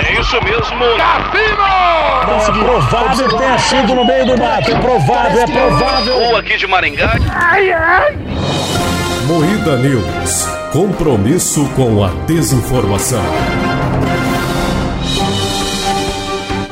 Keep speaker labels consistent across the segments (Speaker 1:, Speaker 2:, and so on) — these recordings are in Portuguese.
Speaker 1: É isso mesmo. Cassino!
Speaker 2: É provável ter sido no meio do mato. É provável, é provável.
Speaker 1: Ou aqui de Maringá.
Speaker 3: Moída News. Compromisso com a desinformação.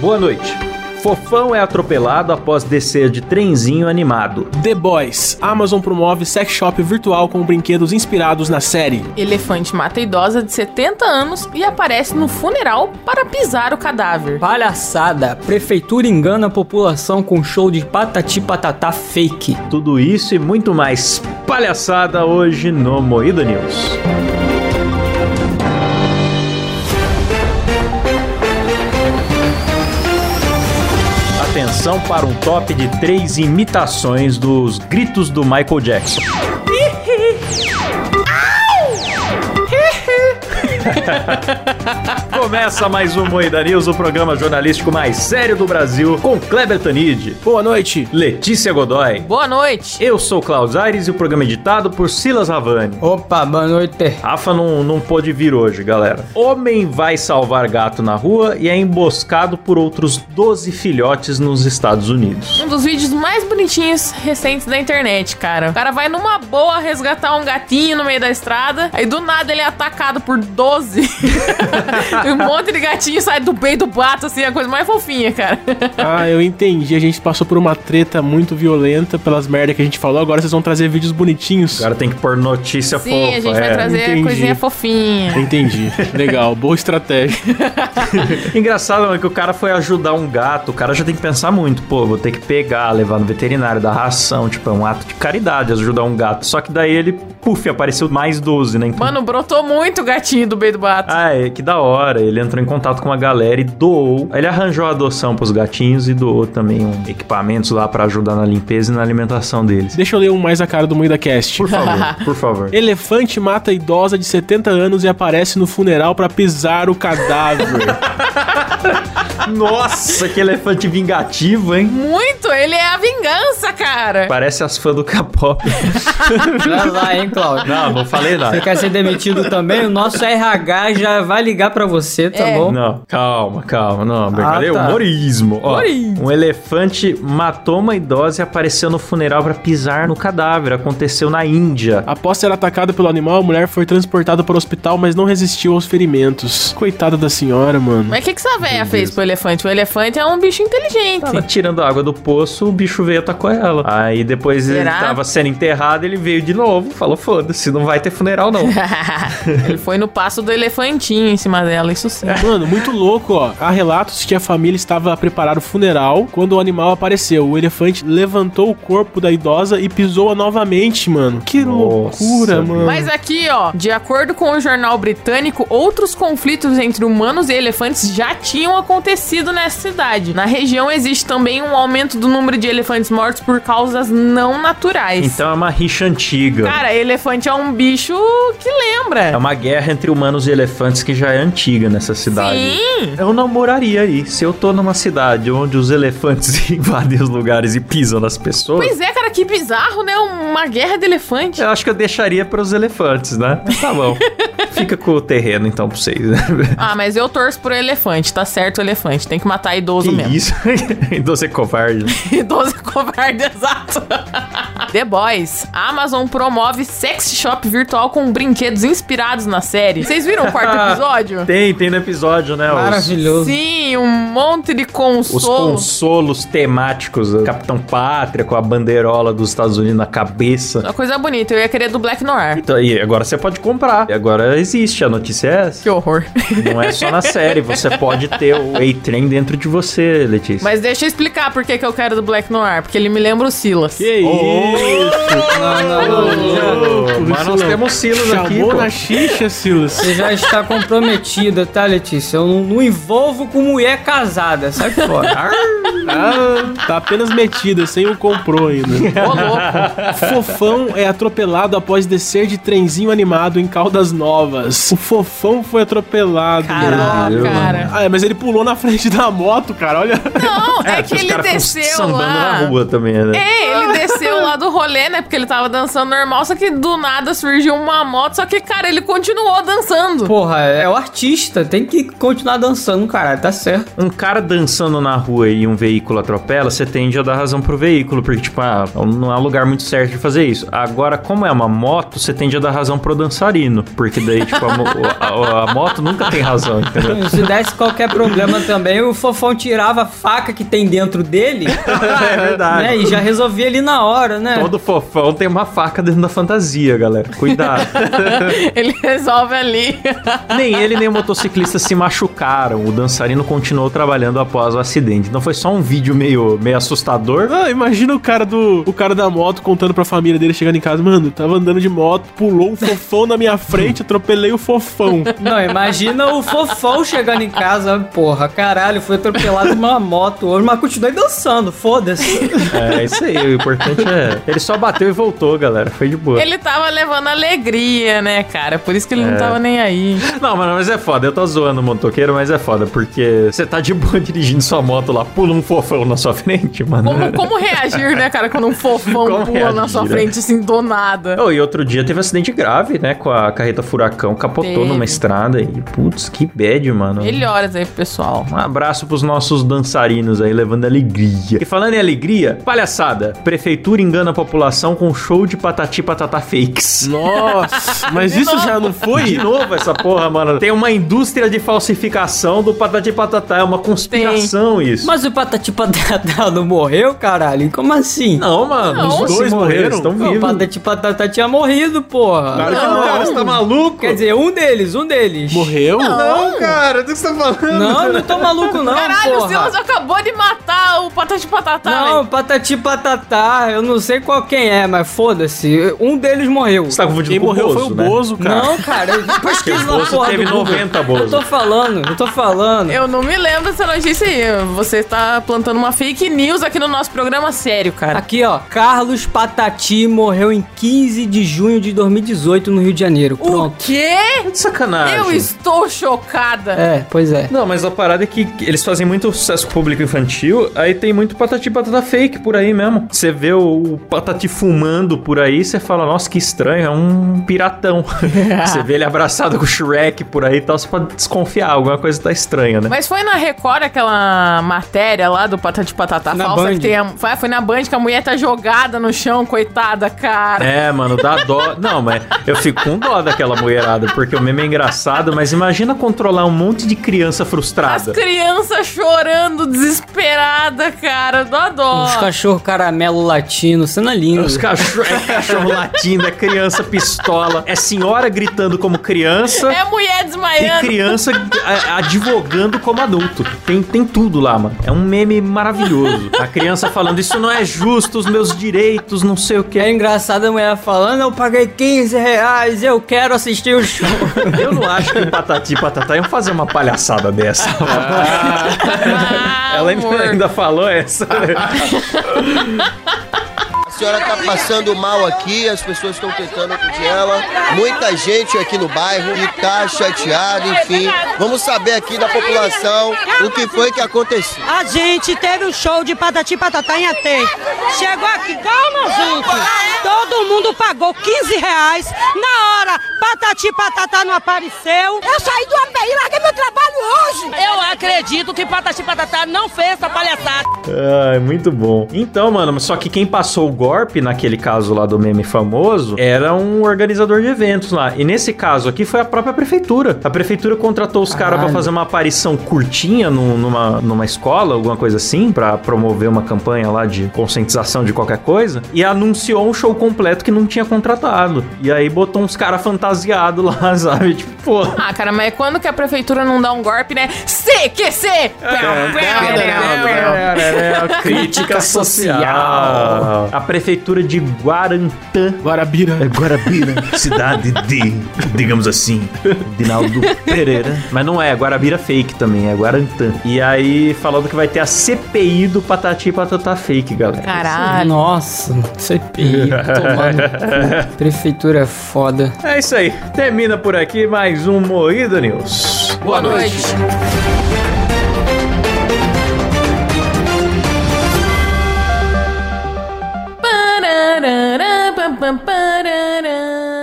Speaker 4: Boa noite. Fofão é atropelado após descer de trenzinho animado.
Speaker 5: The Boys. Amazon promove sex shop virtual com brinquedos inspirados na série.
Speaker 6: Elefante mata idosa de 70 anos e aparece no funeral para pisar o cadáver.
Speaker 7: Palhaçada. Prefeitura engana a população com show de patati patatá fake.
Speaker 4: Tudo isso e muito mais palhaçada hoje no Moída News. Atenção para um top de três imitações dos gritos do Michael Jackson. Começa mais um Moeda News, o programa jornalístico mais sério do Brasil, com Kleber Tanid,
Speaker 5: Boa noite.
Speaker 4: Letícia Godoy.
Speaker 6: Boa noite.
Speaker 4: Eu sou Klaus Aires e o programa é editado por Silas Ravani.
Speaker 7: Opa, boa noite.
Speaker 4: Rafa não, não pôde vir hoje, galera. Homem vai salvar gato na rua e é emboscado por outros 12 filhotes nos Estados Unidos.
Speaker 6: Um dos vídeos mais bonitinhos recentes da internet, cara. O cara vai numa boa resgatar um gatinho no meio da estrada, aí do nada ele é atacado por 12. E um monte de gatinho sai do bem do bato, assim, a coisa mais fofinha, cara.
Speaker 5: Ah, eu entendi. A gente passou por uma treta muito violenta pelas merdas que a gente falou. Agora vocês vão trazer vídeos bonitinhos.
Speaker 4: O cara tem que pôr notícia
Speaker 6: Sim,
Speaker 4: fofa.
Speaker 6: a gente vai
Speaker 4: é.
Speaker 6: trazer
Speaker 5: entendi.
Speaker 6: coisinha fofinha.
Speaker 5: Entendi. Legal. Boa estratégia.
Speaker 4: Engraçado mano, que o cara foi ajudar um gato, o cara já tem que pensar muito, pô, vou ter que pegar, levar no veterinário, dar ração, tipo, é um ato de caridade ajudar um gato. Só que daí ele, puf, apareceu mais 12, né? Então,
Speaker 6: Mano, brotou muito o gatinho do bem do bato.
Speaker 4: Ah, é, que da hora. Ele entrou em contato com uma galera e doou. Ele arranjou a adoção pros gatinhos e doou também um equipamentos lá pra ajudar na limpeza e na alimentação deles.
Speaker 5: Deixa eu ler um mais a cara do Moída Cast.
Speaker 4: Por favor, por favor.
Speaker 5: Elefante mata idosa de 70 anos e aparece no funeral pra pisar o cadáver.
Speaker 4: Nossa, que elefante vingativo, hein?
Speaker 6: Muito, ele é a vingança, cara.
Speaker 4: Parece as fãs do K-pop.
Speaker 7: Vai lá, hein, Cláudio.
Speaker 4: Não, não falei
Speaker 7: Você
Speaker 4: nada.
Speaker 7: quer ser demitido também? O nosso RH já vai ligar pra você, tá
Speaker 6: É.
Speaker 7: bom?
Speaker 4: Não, calma, calma. Não, brincadeira.
Speaker 7: tá.
Speaker 4: Humorismo. Ó,
Speaker 6: Humorismo.
Speaker 4: um elefante matou uma idosa e apareceu no funeral pra pisar no cadáver. Aconteceu na Índia.
Speaker 5: Após ser atacada pelo animal, a mulher foi transportada para o hospital, mas não resistiu aos ferimentos. Coitada da senhora, mano.
Speaker 6: Mas o que, que essa véia fez pro elefante? O elefante é um bicho inteligente.
Speaker 4: Tava tirando a água do poço, o bicho veio e atacou ela. Aí depois
Speaker 6: Será?
Speaker 4: ele tava sendo enterrado, ele veio de novo, falou: foda-se, não vai ter funeral, não.
Speaker 6: ele foi no passo do elefantinho em cima dela, isso sim.
Speaker 5: Mano, muito louco, ó. Há relatos que a família estava a preparar o funeral quando o animal apareceu. O elefante levantou o corpo da idosa e pisou-a novamente, mano. Que
Speaker 4: Nossa,
Speaker 5: loucura,
Speaker 4: bicho.
Speaker 5: mano.
Speaker 6: Mas aqui, ó, de acordo com o jornal britânico, outros conflitos entre humanos e elefantes já tinham acontecido nessa cidade. Na região existe também um aumento do número de elefantes mortos por causas não naturais.
Speaker 4: então é uma rixa antiga.
Speaker 6: Cara, elefante é um bicho que
Speaker 4: É
Speaker 6: lembra.
Speaker 4: uma guerra entre humanos e elefantes que já é antiga nessa cidade.
Speaker 6: Sim.
Speaker 4: Eu não moraria aí. Se eu tô numa cidade onde os elefantes invadem os lugares e pisam nas pessoas,
Speaker 6: Pois é, cara, que bizarro, né? Uma guerra de elefante.
Speaker 4: eu acho que eu deixaria para os elefantes, né? Mas tá bom. Fica com o terreno então pra vocês, né?
Speaker 6: Ah, mas eu torço pro elefante, tá certo o elefante. Tem que matar idoso
Speaker 4: Que
Speaker 6: mesmo.
Speaker 4: isso? Doce covarde.
Speaker 6: Idoso é covarde, exato. The Boys. A Amazon promove sex shop virtual com brinquedos inspirados na série. Vocês viram o quarto episódio?
Speaker 4: Tem, tem no episódio, né? Os,
Speaker 7: Maravilhoso.
Speaker 6: Sim, um monte de
Speaker 4: os
Speaker 6: consolo.
Speaker 4: consolos temáticos. o Capitão Pátria com a bandeirola dos Estados Unidos na cabeça.
Speaker 6: Uma coisa bonita, eu ia querer do Black Noir.
Speaker 4: Então, e agora você pode comprar. E agora existe. A notícia é essa.
Speaker 6: Que horror.
Speaker 4: Não é só na série, você pode ter o A-Train dentro de você, Letícia.
Speaker 6: Mas deixa eu explicar por que, que eu quero do Black Noir, porque ele me lembra o Silas.
Speaker 5: Que é isso?
Speaker 7: Não, não, não.
Speaker 5: Louco,
Speaker 4: Mas
Speaker 5: isso
Speaker 4: nós
Speaker 5: não.
Speaker 4: temos Silas aqui,
Speaker 5: Chamou
Speaker 4: pô.
Speaker 5: na xixa, Silas.
Speaker 7: Você já está comprometida, tá, Letícia? Eu não, não envolvo com mulher casada, sai fora.
Speaker 4: Ar-
Speaker 5: Ah, tá apenas metida, sem o comprou ainda.
Speaker 6: Ô, louco.
Speaker 5: Fofão é atropelado após descer de trenzinho animado em Caldas Novas. O Fofão foi atropelado,
Speaker 6: Caraca,
Speaker 4: Deus,
Speaker 6: cara.
Speaker 5: Ah, é, mas ele pulou na frente da moto, cara, olha.
Speaker 6: Não, é,
Speaker 4: É,
Speaker 6: que
Speaker 4: os
Speaker 6: ele
Speaker 4: caras ficam
Speaker 6: desceu
Speaker 4: sambando
Speaker 6: lá.
Speaker 4: na rua também, né?
Speaker 7: Ah.
Speaker 6: É, ele desceu lá do rolê, né? Porque ele tava dançando normal, só que do nada surgiu uma moto, só que, cara, ele continuou dançando.
Speaker 7: Porra, é o artista, tem que continuar dançando, caralho, tá certo.
Speaker 4: Um cara dançando na rua e um veículo atropela, você tende a dar razão pro veículo, porque, tipo, ah, não é um lugar muito certo de fazer isso. Agora, como é uma moto, você tende a dar razão pro dançarino, porque daí, tipo, a, mo- a- a- a moto nunca tem razão, entendeu?
Speaker 7: Se desse qualquer problema também, o Fofão tirava a faca que tem dentro dele,
Speaker 4: é verdade.
Speaker 7: né? E já resolvia ali na hora, né?
Speaker 4: Todo fofão tem uma faca dentro da fantasia, galera. Cuidado.
Speaker 6: ele resolve ali.
Speaker 4: nem ele nem o motociclista se machucaram. O dançarino continuou trabalhando após o acidente. Então foi só um vídeo meio, meio assustador.
Speaker 5: Ah, imagina o cara do. O cara da moto contando pra família dele chegando em casa, mano, eu tava andando de moto, pulou um fofão na minha frente, atropelei o fofão.
Speaker 7: Não, imagina o Fofão chegando em casa, porra, caralho, foi atropelado por uma moto hoje, mas continuei dançando, foda-se.
Speaker 4: É isso aí. O importante é. Ele só bateu e voltou, galera. Foi de boa.
Speaker 6: Ele tava levando alegria, né, cara? Por isso que ele
Speaker 4: É.
Speaker 6: não tava nem aí.
Speaker 4: Não, mano, mas é foda. Eu tô zoando o motoqueiro, mas é foda. Porque você tá de boa dirigindo sua moto lá, pula um fofão na sua frente, mano.
Speaker 6: Como, como reagir, né, cara, quando um fofão
Speaker 4: Como
Speaker 6: pula na sua
Speaker 4: reagir,
Speaker 6: frente assim do nada?
Speaker 4: Oh, e outro dia teve um acidente grave, né? Com a carreta furacão, capotou
Speaker 6: Teve.
Speaker 4: numa estrada e, putz, que bad, mano.
Speaker 6: Melhoras aí pro pessoal.
Speaker 4: Um abraço pros nossos dançarinos aí, levando alegria. E falando em alegria, palhaçada. Prefeitura engana a população com show de patati patatá fakes.
Speaker 5: Nossa, mas isso já não
Speaker 4: De
Speaker 5: foi?
Speaker 4: novo essa porra, mano. Tem uma indústria de falsificação do patati patatá. É uma conspiração isso.
Speaker 7: Mas o Patati Patatá não morreu, caralho? Como assim?
Speaker 4: Não, mano.
Speaker 6: Não,
Speaker 4: os dois
Speaker 5: se
Speaker 4: morreram.
Speaker 5: morreram.
Speaker 4: Estão
Speaker 7: Não, o
Speaker 4: vivos.
Speaker 7: Patati Patatá tinha morrido, porra.
Speaker 5: Claro que não.
Speaker 4: cara, você tá maluco?
Speaker 7: Quer dizer, um deles, um deles.
Speaker 5: Morreu?
Speaker 4: não, cara. Do que você tá falando?
Speaker 7: Não, não tô maluco não,
Speaker 6: Caralho,
Speaker 7: porra.
Speaker 6: o Silas acabou de matar o Patati Patatá.
Speaker 7: Não, patati patatá, eu não sei qual quem é, mas foda-se. Um deles morreu.
Speaker 4: Você tá confundindo
Speaker 5: Quem
Speaker 4: com
Speaker 5: morreu
Speaker 4: Bozo,
Speaker 5: foi o
Speaker 4: né?
Speaker 5: Bozo, cara.
Speaker 7: Não, cara, eu pesquisa
Speaker 4: Porque o
Speaker 7: na
Speaker 4: Bozo
Speaker 7: porra
Speaker 4: teve
Speaker 7: do Google.
Speaker 4: 90 Bozo.
Speaker 7: Eu tô falando, eu tô falando.
Speaker 6: Eu não me lembro dessa notícia aí. Você tá plantando uma fake news aqui no nosso programa sério, cara.
Speaker 7: Aqui, ó. Carlos Patati morreu em 15 de junho de 2018 no Rio de Janeiro.
Speaker 6: O
Speaker 7: Pronto.
Speaker 6: quê?
Speaker 4: De sacanagem.
Speaker 6: Eu estou chocada.
Speaker 7: É, pois é.
Speaker 4: Não, mas a parada é que eles fazem muito sucesso com o público infantil, aí tem muito patati e patata fake por aí mesmo. Você vê o patati fumando por aí, você fala, nossa, que estranho, é um piratão. Você vê ele abraçado com o Shrek por aí e tal, você pode desconfiar, alguma coisa tá estranha, né?
Speaker 6: Mas foi na Record aquela matéria lá do Patati Patatá
Speaker 7: Na
Speaker 6: falsa que
Speaker 7: Band.
Speaker 6: tem a, foi, foi na Band que a mulher tá jogada no chão, coitada, cara.
Speaker 4: É, mano, dá dó. Não, mas eu fico com dó daquela mulherada, porque o meme é engraçado, mas imagina controlar um monte de criança
Speaker 6: As
Speaker 4: frustrada.
Speaker 6: crianças chorando, desesperada, cara. Dó dó.
Speaker 7: Os cachorro caramelo latino, cena linda.
Speaker 4: Os cachorro, é cachorro latindo, é criança pistola, é senhora gritando como criança.
Speaker 6: É mulher
Speaker 4: Tem
Speaker 6: desmaiando.
Speaker 4: criança a- advogando como adulto. Tem, tem tudo lá, mano. É um meme maravilhoso. A criança falando, isso não é justo, os meus direitos, não sei o
Speaker 7: É
Speaker 4: quê.
Speaker 7: engraçado a mulher falando, eu paguei 15 reais, eu quero assistir o show.
Speaker 4: Eu não acho que Patati e Patatá iam fazer uma palhaçada dessa.
Speaker 6: Ah,
Speaker 4: Ela
Speaker 7: é
Speaker 6: amor.
Speaker 4: ainda, ainda falou essa.
Speaker 8: A senhora está passando mal aqui, as pessoas estão tentando acudir ela. Muita gente aqui no bairro e tá chateada, enfim. Vamos saber aqui da população o que foi que aconteceu.
Speaker 9: A gente teve um show de patati patatá em Atei. Chegou aqui, calma, gente. Todo mundo pagou 15 reais. Na hora, patati patatá não apareceu. Eu saí do API, larguei meu trabalho hoje. Eu acredito que patati patatá não fez essa palhaçada.
Speaker 4: Ai, muito bom. Então, mano, só que quem passou o golpe, naquele caso lá do meme famoso, era um organizador de eventos lá. E nesse caso aqui foi a própria prefeitura. A prefeitura contratou os caras pra
Speaker 7: Caralho.
Speaker 4: fazer uma aparição curtinha num- numa, numa escola, alguma coisa assim, pra promover uma campanha lá de conscientização de qualquer coisa. E anunciou um show completo que não tinha contratado. E aí botou uns caras fantasiados lá, sabe? Tipo, pô.
Speaker 6: Ah, cara, mas quando que a prefeitura não dá um golpe, né?
Speaker 7: É.
Speaker 6: CQC!
Speaker 4: Crítica social. A prefeitura de Guarantã.
Speaker 5: Guarabira.
Speaker 4: É Guarabira, cidade de, digamos assim, Dinaldo Pereira. Mas não é, é Guarabira fake também, é Guarantã. E aí, falando que vai ter a CPI do Patati e Patatá fake, galera.
Speaker 6: Caralho.
Speaker 7: Nossa, CPI, tomando. Prefeitura é foda.
Speaker 4: É isso aí. Termina por aqui mais um Moída News.
Speaker 6: Boa noite. Pam, pararam.